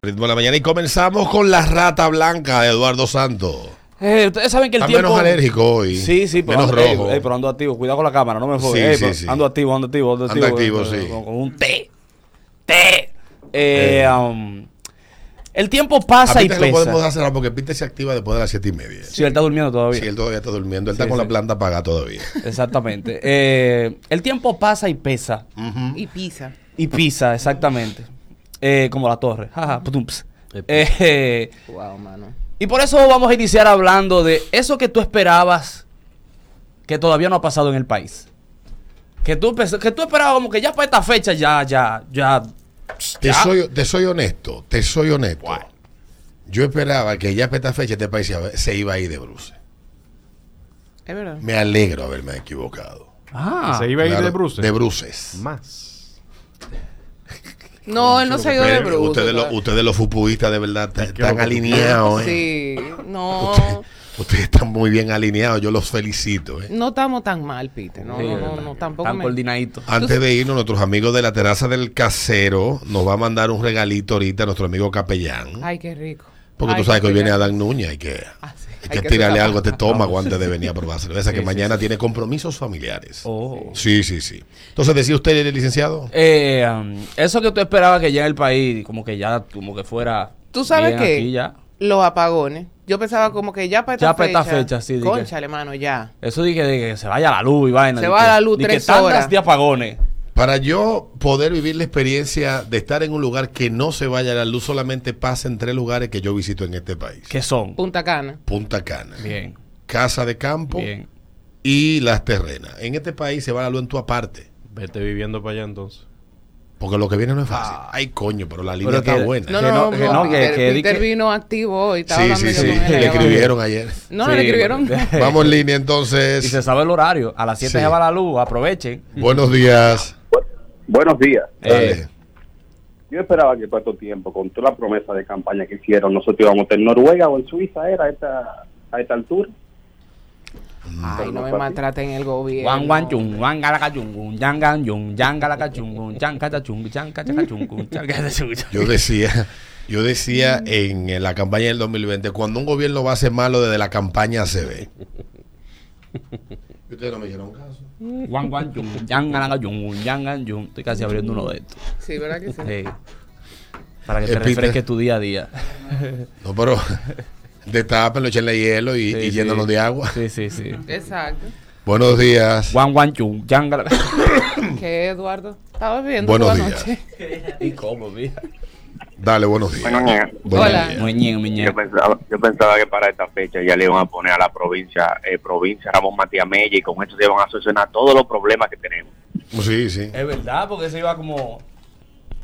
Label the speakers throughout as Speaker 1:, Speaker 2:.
Speaker 1: Ritmo de la mañana y comenzamos con la rata blanca de Eduardo Santos.
Speaker 2: Eh, ustedes saben que el
Speaker 1: Está
Speaker 2: tiempo.
Speaker 1: menos alérgico hoy.
Speaker 2: Sí, sí, pero,
Speaker 1: menos
Speaker 2: ando,
Speaker 1: rojo.
Speaker 2: ey, ey, pero ando activo. Cuidado con la cámara, no me jodas.
Speaker 1: Sí,
Speaker 2: Ey,
Speaker 1: sí,
Speaker 2: pero
Speaker 1: sí.
Speaker 2: Ando activo, ando activo, ando activo.
Speaker 1: Anda activo,
Speaker 2: eh,
Speaker 1: sí.
Speaker 2: Con, con un té. Té. Eh, um, el tiempo pasa
Speaker 1: a
Speaker 2: y
Speaker 1: Peter lo podemos
Speaker 2: pesa.
Speaker 1: hacer ahora porque Peter se activa después de las siete y media.
Speaker 2: Si él está durmiendo todavía.
Speaker 1: Sí, él todavía está durmiendo. Él está
Speaker 2: Sí,
Speaker 1: con
Speaker 2: sí.
Speaker 1: la planta apagada todavía.
Speaker 2: Exactamente. Eh, el tiempo pasa y pesa.
Speaker 3: Y pizza.
Speaker 2: Y pisa, exactamente. Eh, como la torre. Jaja, putum, ps. Eh,
Speaker 3: Wow, mano.
Speaker 2: Y por eso vamos a iniciar hablando de eso que tú esperabas que todavía no ha pasado en el país. Que tú, pens- que tú esperabas como que ya para esta fecha ya, ya, ya.
Speaker 1: Te soy, te soy honesto, te soy honesto. Yo esperaba que ya para esta fecha este país se- se iba a ir de bruce.
Speaker 3: Es verdad.
Speaker 1: Me alegro haberme equivocado.
Speaker 2: Ah,
Speaker 4: Se iba a ir
Speaker 1: Claro,
Speaker 4: de bruces.
Speaker 1: De bruces.
Speaker 4: Más.
Speaker 3: No, él no se ha ido de
Speaker 1: Pero
Speaker 3: bruto.
Speaker 1: Ustedes los, ustedes los futbolistas de verdad t-
Speaker 4: que
Speaker 1: están
Speaker 4: lo-
Speaker 1: alineados. ¿eh?
Speaker 3: Sí, no.
Speaker 1: Ustedes, ustedes están muy bien alineados. Yo los felicito. ¿eh?
Speaker 3: No estamos tan mal, Peter. No, no, no, no, tampoco
Speaker 2: tan
Speaker 3: me...
Speaker 2: coordinadito.
Speaker 1: Antes de irnos, nuestros amigos de la terraza del casero nos va a mandar un regalito ahorita nuestro amigo capellán.
Speaker 3: Ay, qué rico.
Speaker 1: Porque
Speaker 3: Ay,
Speaker 1: tú sabes que hoy
Speaker 3: qué
Speaker 1: viene
Speaker 3: rico.
Speaker 1: Adán Núñez, hay que,
Speaker 3: Ah, sí.
Speaker 1: hay
Speaker 3: Hay
Speaker 1: que
Speaker 3: que
Speaker 1: tirarle
Speaker 3: sacar-
Speaker 1: algo a este estómago antes de venir a probar cerveza, que mañana tiene compromisos familiares.
Speaker 2: Oh.
Speaker 1: Sí, sí, sí. Entonces, decía usted, eh, licenciado,
Speaker 2: Eh, um, eso que tú esperabas que ya en el país, como que ya, como que fuera.
Speaker 3: Tú sabes
Speaker 2: bien
Speaker 3: que
Speaker 2: aquí ya.
Speaker 3: los apagones. Yo pensaba como que ya para esta
Speaker 2: Ya para
Speaker 3: fecha.
Speaker 2: esta fecha, sí, dije.
Speaker 3: Conchale, mano, ya.
Speaker 2: Eso dije de que se vaya la luz y vaina.
Speaker 3: Se
Speaker 2: de
Speaker 3: va
Speaker 2: que-
Speaker 3: la luz
Speaker 2: de que
Speaker 3: tres
Speaker 2: tandas
Speaker 3: horas.
Speaker 2: de apagones.
Speaker 1: para yo poder vivir la experiencia de estar en un lugar que no se vaya la luz, solamente pasa en tres lugares que yo visito en este país.
Speaker 2: que son?
Speaker 3: Punta Cana.
Speaker 1: Punta Cana,
Speaker 2: Bien,
Speaker 1: Casa de Campo
Speaker 2: bien.
Speaker 1: y Las Terrenas. En este país se va la luz en tu aparte.
Speaker 4: Vete viviendo para allá entonces.
Speaker 1: Porque lo que viene no es fácil. Ah, Ay, coño, pero la línea
Speaker 2: Pero
Speaker 1: está
Speaker 2: que-
Speaker 1: buena.
Speaker 3: No,
Speaker 2: Que
Speaker 3: no, no.
Speaker 2: no- que no, que-
Speaker 3: Peter,
Speaker 2: que di
Speaker 3: Peter
Speaker 2: que-
Speaker 3: vino activo hoy. Estaba
Speaker 1: sí,
Speaker 3: hablando
Speaker 1: sí,
Speaker 3: yo
Speaker 1: sí.
Speaker 3: con él,
Speaker 1: Le
Speaker 3: ya va.
Speaker 1: escribieron ayer.
Speaker 3: No, no le
Speaker 2: Sí,
Speaker 3: escribieron.
Speaker 1: Vamos en línea
Speaker 2: Y
Speaker 1: entonces.
Speaker 2: se sabe el horario. A las 7
Speaker 1: Sí.
Speaker 2: se va la luz, aprovechen.
Speaker 1: Buenos días.
Speaker 5: Buenos días.
Speaker 1: Dale.
Speaker 2: Eh,
Speaker 5: Yo esperaba que para estos tiempos, con toda la promesa de campaña que hicieron, nosotros íbamos a tener Noruega o en Suiza, era a esta, a esta altura.
Speaker 3: Ay, no me maltraten el gobierno.
Speaker 2: Guan guan chung, guan galacachungun, yan gan yung, yan galacachungun, yan cachachung, yan cachacachungun, yan cachachungun.
Speaker 1: Yo decía, yo decía en eh, la campaña del 2020, cuando un gobierno va a hacer malo desde la campaña se ve. Y ustedes no me hicieron caso.
Speaker 2: Guan guan chung, yan galacachungun, yan gan yung. Estoy casi abriendo uno de estos.
Speaker 3: Sí, ¿verdad que sí?
Speaker 2: Sí. Para que te
Speaker 1: Eh, Peter.
Speaker 2: refresque tu día a día.
Speaker 1: No, pero destápenlo, echenle hielo y,
Speaker 2: Sí,
Speaker 1: y
Speaker 2: sí.
Speaker 1: llénalo de agua.
Speaker 2: Sí, sí, sí.
Speaker 3: Exacto.
Speaker 1: Buenos días.
Speaker 2: Guan guan chung, yan galacachungun.
Speaker 3: ¿Qué, Eduardo? Estaba viendo
Speaker 1: Buenos
Speaker 3: toda la
Speaker 1: días.
Speaker 3: noche.
Speaker 2: ¿Y cómo, mija?
Speaker 1: Dale, buenos días.
Speaker 5: Buenos días.
Speaker 1: Buenos
Speaker 3: Hola.
Speaker 1: días.
Speaker 2: Muñeco, muñeco.
Speaker 5: Yo pensaba, yo pensaba que para esta fecha ya le iban a poner a la provincia, eh, provincia Ramón Matías Mella y con esto se iban a solucionar todos los problemas que tenemos.
Speaker 1: Sí, sí.
Speaker 2: Es verdad, porque se iba como.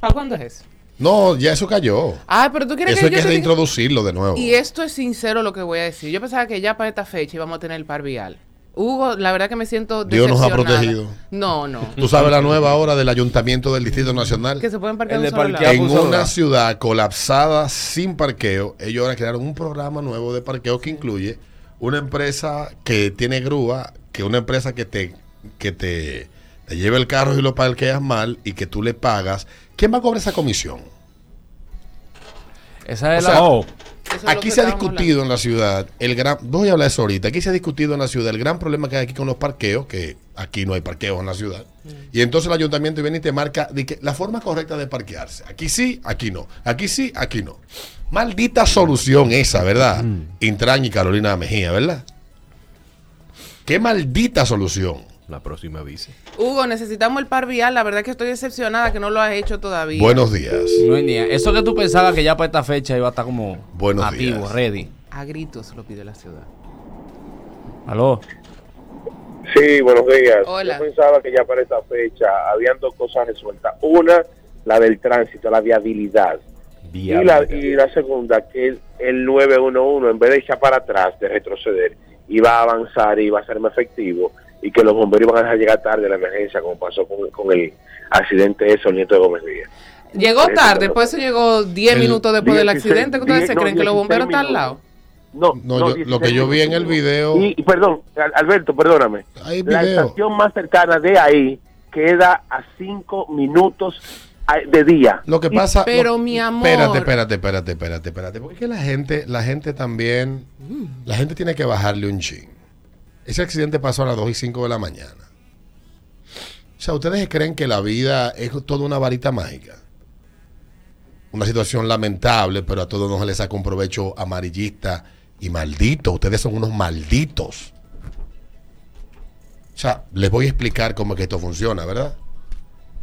Speaker 3: ¿Para cuándo es eso?
Speaker 1: No, ya eso cayó.
Speaker 3: Ah, pero tú quieres
Speaker 1: Eso hay que
Speaker 3: yo te diga-
Speaker 1: reintroducirlo de nuevo.
Speaker 3: Y esto es sincero lo que voy a decir. Yo pensaba que ya para esta fecha íbamos a tener el par vial. Hugo, la verdad que me siento
Speaker 1: Dios nos ha
Speaker 3: decepcionada.
Speaker 1: protegido.
Speaker 3: No, no.
Speaker 1: Tú sabes la nueva hora del Ayuntamiento del Distrito Nacional.
Speaker 3: Que se pueden parquear
Speaker 2: El
Speaker 3: en un
Speaker 2: de
Speaker 3: solo
Speaker 2: parquear.
Speaker 3: lado.
Speaker 1: en
Speaker 2: puso
Speaker 1: una
Speaker 2: ahora.
Speaker 1: ciudad colapsada sin parqueo, ellos ahora crearon un programa nuevo de parqueo que incluye una empresa que tiene grúa, que una empresa que te que te, te lleva el carro y lo parqueas mal y que tú le pagas. ¿Quién va a cobrar esa comisión?
Speaker 2: Esa
Speaker 1: O
Speaker 2: es
Speaker 1: sea,
Speaker 2: la.
Speaker 3: Eso es lo
Speaker 1: Aquí
Speaker 3: que
Speaker 1: se ha
Speaker 3: estábamos
Speaker 1: discutido en la ciudad el gran voy a hablar de eso ahorita. Aquí se ha discutido en la ciudad el gran problema que hay aquí con los parqueos, que aquí no hay parqueos en la ciudad.
Speaker 3: Mm.
Speaker 1: Y entonces el ayuntamiento viene y te marca de que la forma correcta de parquearse. Aquí sí, aquí no. Aquí sí, aquí no. Maldita solución esa, ¿verdad? Intran y Carolina Mejía, ¿verdad? Qué maldita solución.
Speaker 4: La próxima bici.
Speaker 3: Hugo, necesitamos el par vial. La verdad es que estoy decepcionada que no lo has hecho todavía.
Speaker 1: Buenos días.
Speaker 2: No hay ni- Eso que tú pensabas que ya para esta fecha iba a estar como
Speaker 1: Buenos
Speaker 2: activo,
Speaker 1: días.
Speaker 2: ready.
Speaker 3: A gritos lo pide la ciudad.
Speaker 2: Aló.
Speaker 5: Sí, buenos días.
Speaker 3: Hola.
Speaker 5: Yo pensaba que ya para esta fecha habían dos cosas resueltas. Una, la del tránsito, la viabilidad. Y la, y la segunda, que el, el 911, en vez de echar para atrás, de retroceder, iba a avanzar y iba a ser más efectivo y que los bomberos iban a dejar llegar tarde a la emergencia, como pasó con, con el accidente de Sol Nieto de Gómez Díaz.
Speaker 3: Llegó
Speaker 5: Eso
Speaker 3: tarde,
Speaker 5: no.
Speaker 3: por eso llegó 10
Speaker 1: El
Speaker 3: minutos después del
Speaker 5: 16,
Speaker 3: accidente. ¿Ustedes se
Speaker 5: die- no,
Speaker 3: creen que los
Speaker 5: 16
Speaker 3: bomberos están al lado?
Speaker 5: No,
Speaker 1: No,
Speaker 5: no,
Speaker 1: yo- lo que yo vi en el video-
Speaker 5: Y, y perdón, Al- Alberto, perdóname.
Speaker 1: Hay
Speaker 5: La
Speaker 1: video.
Speaker 5: estación más cercana de ahí queda a cinco minutos a- de día.
Speaker 1: Lo que pasa.
Speaker 3: Pero,
Speaker 1: lo-
Speaker 3: mi amor.
Speaker 1: Espérate, espérate, espérate, espérate, espérate. Porque es que la gente, la gente también. mm, La gente tiene que bajarle un chin. Ese accidente pasó a las 2 y 5 de la mañana. O sea, ¿ustedes creen que la vida es toda una varita mágica? Una situación lamentable, pero a todos nos les saca un provecho amarillista y maldito. Ustedes son unos malditos. O sea, les voy a explicar cómo es que esto funciona, ¿verdad?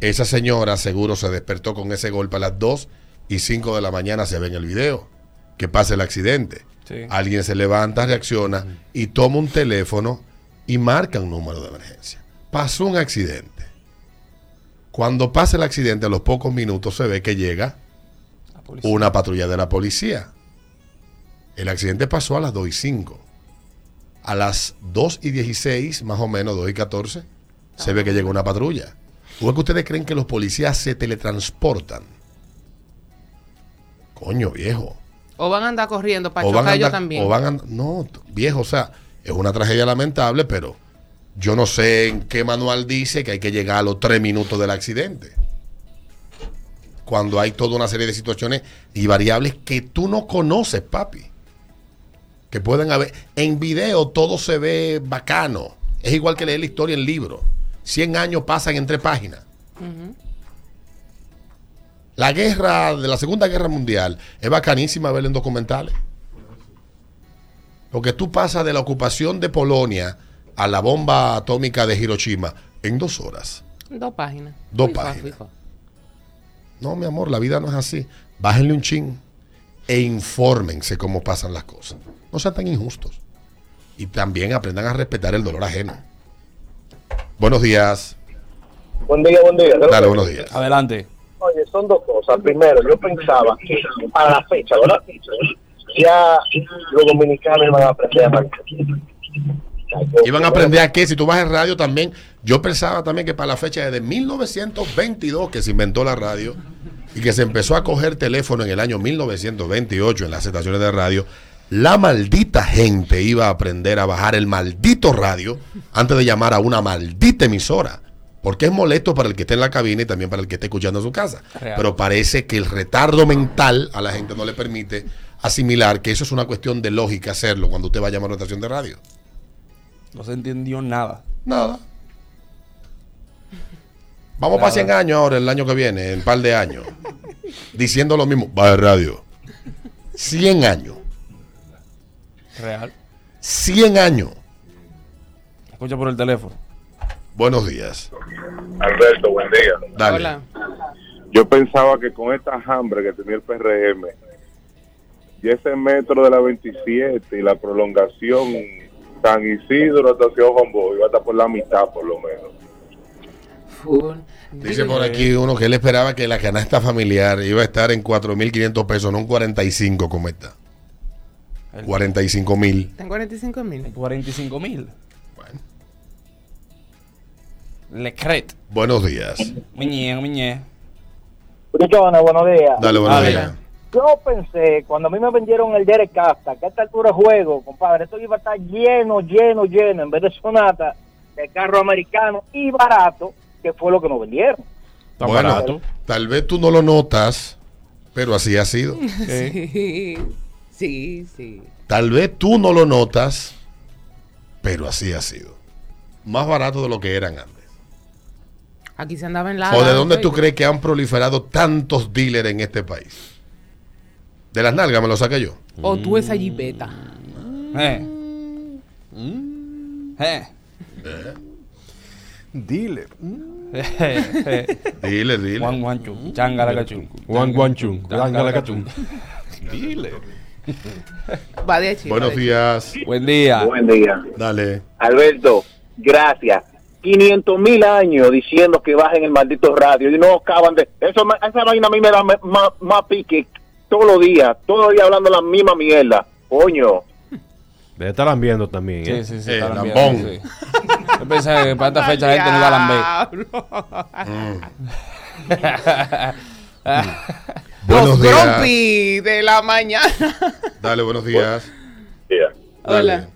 Speaker 1: Esa señora seguro se despertó con ese golpe a las 2 y 5 de la mañana se ve en el video que pasa el accidente.
Speaker 2: Sí.
Speaker 1: Alguien se levanta, reacciona y toma un teléfono y marca un número de emergencia. Pasó un accidente. Cuando pasa el accidente, a los pocos minutos se ve que llega una patrulla de la policía. El accidente pasó a las 2 y 5. A las 2 y 16, más o menos, 2 y 14, se ve que llega una patrulla. ¿O es que ustedes creen que los policías se teletransportan? Coño, viejo.
Speaker 3: O van a andar corriendo para
Speaker 1: o van a
Speaker 3: chocar yo
Speaker 1: andar-
Speaker 3: también.
Speaker 1: o van a and- no, t- viejo, o sea, es una tragedia lamentable, pero yo no sé en qué manual dice que hay que llegar a los tres minutos del accidente. Cuando hay toda una serie de situaciones y variables que tú no conoces, papi. Que pueden haber. En video todo se ve bacano. Es igual que leer la historia en libro. 100 años pasan entre páginas. La guerra de la Segunda Guerra Mundial es bacanísima verla en documentales. Porque tú pasas de la ocupación de Polonia a la bomba atómica de Hiroshima en dos horas.
Speaker 3: Dos páginas.
Speaker 1: Dos
Speaker 3: Fui fa,
Speaker 1: páginas.
Speaker 3: fui fa.
Speaker 1: No, mi amor, la vida no es así. Bájenle un chin e infórmense cómo pasan las cosas. No sean tan injustos. Y también aprendan a respetar el dolor ajeno. Buenos días.
Speaker 5: Buen día, buen día.
Speaker 1: Dale, buenos días.
Speaker 2: Adelante.
Speaker 5: Oye, son dos cosas. Primero, yo pensaba que para la fecha, ¿verdad? Ya los dominicanos iban a aprender a marcar.
Speaker 1: Iban a aprender a qué, si tú vas en radio también, yo pensaba también que para la fecha desde 1922 que se inventó la radio y que se empezó a coger teléfono en el año 1928 en las estaciones de radio, la maldita gente iba a aprender a bajar el maldito radio antes de llamar a una maldita emisora. Porque es molesto para el que esté en la cabina y también para el que esté escuchando en su casa.
Speaker 2: Real.
Speaker 1: Pero parece que el retardo mental a la gente no le permite asimilar que eso es una cuestión de lógica hacerlo cuando usted va a llamar a una estación de radio.
Speaker 2: No se entendió nada.
Speaker 1: Nada. Vamos para 100 años ahora, el año que viene, en un par de años. diciendo lo mismo. Va de radio. 100 años.
Speaker 2: Real.
Speaker 1: 100 años.
Speaker 2: Escucha por el teléfono.
Speaker 1: Buenos días.
Speaker 6: Alberto, buen día.
Speaker 1: Dale.
Speaker 3: Hola.
Speaker 6: Yo pensaba que con esta hambre que tenía el PRM y ese metro de la 27 y la prolongación San Isidro hasta Ciudad Bombo iba a estar por la mitad por lo menos.
Speaker 3: Full.
Speaker 1: Dice
Speaker 3: Digo
Speaker 1: por
Speaker 3: yo,
Speaker 1: aquí uno que él esperaba que la canasta familiar iba a estar en 4.500 pesos, no en 45 como está. 45.000.
Speaker 3: Están 45 mil.
Speaker 2: 45 mil.
Speaker 1: Bueno.
Speaker 2: Le cret.
Speaker 1: Buenos días.
Speaker 2: Miñe, miñe.
Speaker 7: Pichona, buenos días.
Speaker 1: Dale, buenos
Speaker 2: Dale.
Speaker 1: días.
Speaker 7: Yo pensé, cuando a mí me vendieron el Derek Casta, que a esta altura de juego, compadre, esto iba a estar lleno, lleno, lleno, en vez de sonata, de carro americano y barato, que fue lo que nos vendieron.
Speaker 4: Está
Speaker 1: Bueno,
Speaker 4: barato.
Speaker 1: tal vez tú no lo notas, pero así ha sido.
Speaker 3: Sí, sí, sí.
Speaker 1: Tal vez tú no lo notas, pero así ha sido. Más barato de lo que eran antes.
Speaker 3: Aquí se andaba en la.
Speaker 1: ¿O de dónde tú crees que han proliferado tantos dealers en este país? De las nalgas me lo saqué yo.
Speaker 3: O tú
Speaker 2: Mm.
Speaker 3: esa jipeta.
Speaker 2: Eh. Eh.
Speaker 8: Dile.
Speaker 2: Eh.
Speaker 1: Dile, dile.
Speaker 2: Juan Juanchu, changa la cachun.
Speaker 4: Juan Guanchun. Juan
Speaker 2: Galacachun.
Speaker 8: Dile.
Speaker 3: Va de chico.
Speaker 1: Buenos días.
Speaker 2: Buen día.
Speaker 7: Buen día.
Speaker 1: Dale.
Speaker 7: Alberto, gracias. 500 mil años diciendo que bajen el maldito radio y no acaban de... Eso, ma- esa vaina a mí me da ma- ma- más, pique todos los días, todos los días hablando la misma mierda. Coño,
Speaker 4: Debe estar viendo también.
Speaker 2: Sí,
Speaker 4: ¿eh?
Speaker 2: sí, sí.
Speaker 1: Eh,
Speaker 2: está bien,
Speaker 1: lambón.
Speaker 2: sí. Yo pensaba que para esta fecha la gente no iba a lamber.
Speaker 1: Buenos
Speaker 3: Los
Speaker 1: días.
Speaker 3: grumpy de la mañana.
Speaker 1: Dale, buenos días.
Speaker 3: Hola.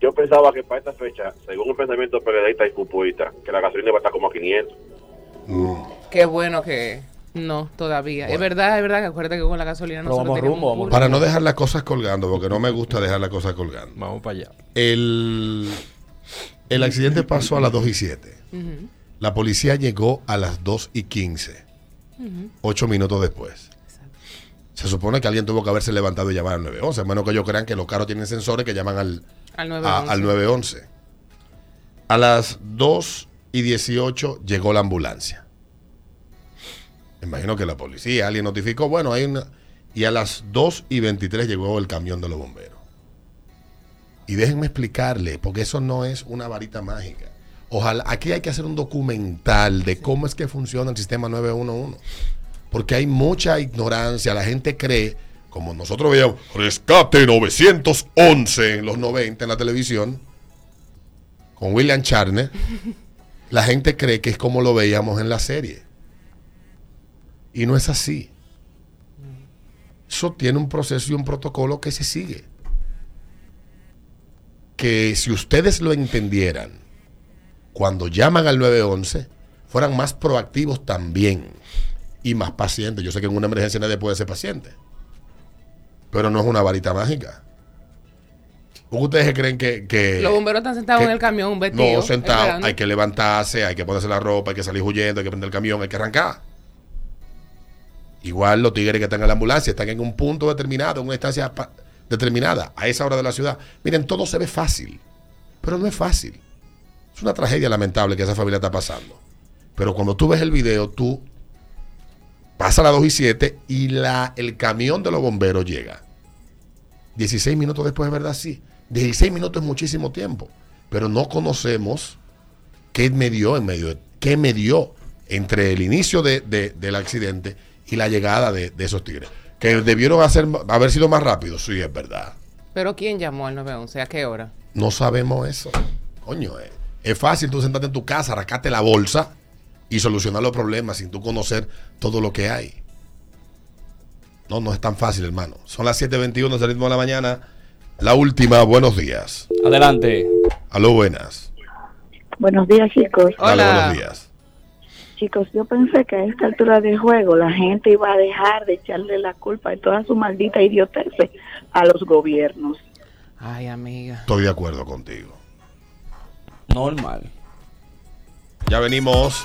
Speaker 5: Yo pensaba que para esta fecha, según el pensamiento periodista y cupuita, que la gasolina iba a estar como a 500.
Speaker 3: Qué bueno que no, todavía. Es verdad, es verdad que acuérdate que con la gasolina
Speaker 2: Pero
Speaker 3: nosotros
Speaker 2: vamos
Speaker 3: tenemos
Speaker 2: rumbo,
Speaker 3: un
Speaker 2: vamos
Speaker 3: pulso.
Speaker 1: Para no dejar las cosas colgando, porque no me gusta dejar las cosas colgando.
Speaker 4: Vamos para allá.
Speaker 1: El, el accidente pasó a las 2 y 7. La policía llegó a las 2 y 15. Ocho minutos después. Se supone que alguien tuvo que haberse levantado y llamar al 911, a menos que ellos crean que los carros tienen sensores que llaman al,
Speaker 3: Al
Speaker 1: a-
Speaker 3: 911.
Speaker 1: Ah, al 911. A las 2 y 18 llegó la ambulancia. Imagino que la policía, alguien notificó, bueno, hay una... Y a las 2 y 23 llegó el camión de los bomberos. Y déjenme explicarle, porque eso no es una varita mágica. Ojalá, aquí hay que hacer un documental de cómo es que funciona el sistema 911. Porque hay mucha ignorancia, la gente cree, como nosotros veíamos, rescate 911 en los 90 en la televisión, con William Charner, la gente cree que es como lo veíamos en la serie. Y no es así. Eso tiene un proceso y un protocolo que se sigue. Que si ustedes lo entendieran, cuando llaman al 911, fueran más proactivos también y más pacientes. Yo sé que en una emergencia nadie puede ser paciente, pero no es una varita mágica. ¿Por qué ustedes se creen que, que-
Speaker 3: Los bomberos están sentados
Speaker 1: que-
Speaker 3: en el camión, vestidos.
Speaker 1: no, sentado,
Speaker 3: esperando.
Speaker 1: hay que levantarse, hay que ponerse la ropa, hay que salir huyendo, hay que prender el camión, hay que arrancar. Igual los tigres que están en la ambulancia están en un punto determinado, en una instancia pa- determinada, a esa hora de la ciudad. Miren, todo se ve fácil, pero no es fácil. Es una tragedia lamentable que esa familia está pasando. Pero cuando tú ves el video, tú pasas a las 2 y 7 y la, el camión de los bomberos llega. 16 minutos después, es verdad, sí. 16 minutos es muchísimo tiempo. Pero no conocemos qué me dio en medio, de- qué me dio entre el inicio de- de- del accidente y la llegada de, de esos tigres. Que debieron hacer, haber sido más rápidos, sí, es verdad.
Speaker 3: Pero ¿quién llamó al 911? ¿A qué hora?
Speaker 1: No sabemos eso. Coño, eh. es fácil tú sentarte en tu casa, arrancarte la bolsa y solucionar los problemas sin tú conocer todo lo que hay. No, no es tan fácil, hermano. Son las 7.21, es el ritmo de la mañana. La última, buenos días.
Speaker 2: Adelante.
Speaker 1: Aló, buenas.
Speaker 9: Buenos días, chicos.
Speaker 1: Dale,
Speaker 3: Hola.
Speaker 1: buenos días.
Speaker 9: Chicos, yo pensé que a esta altura de juego la gente iba a dejar de echarle la culpa de toda su maldita idiotez a los gobiernos.
Speaker 3: Ay, amiga.
Speaker 1: Estoy de acuerdo contigo.
Speaker 2: Normal.
Speaker 1: Ya venimos.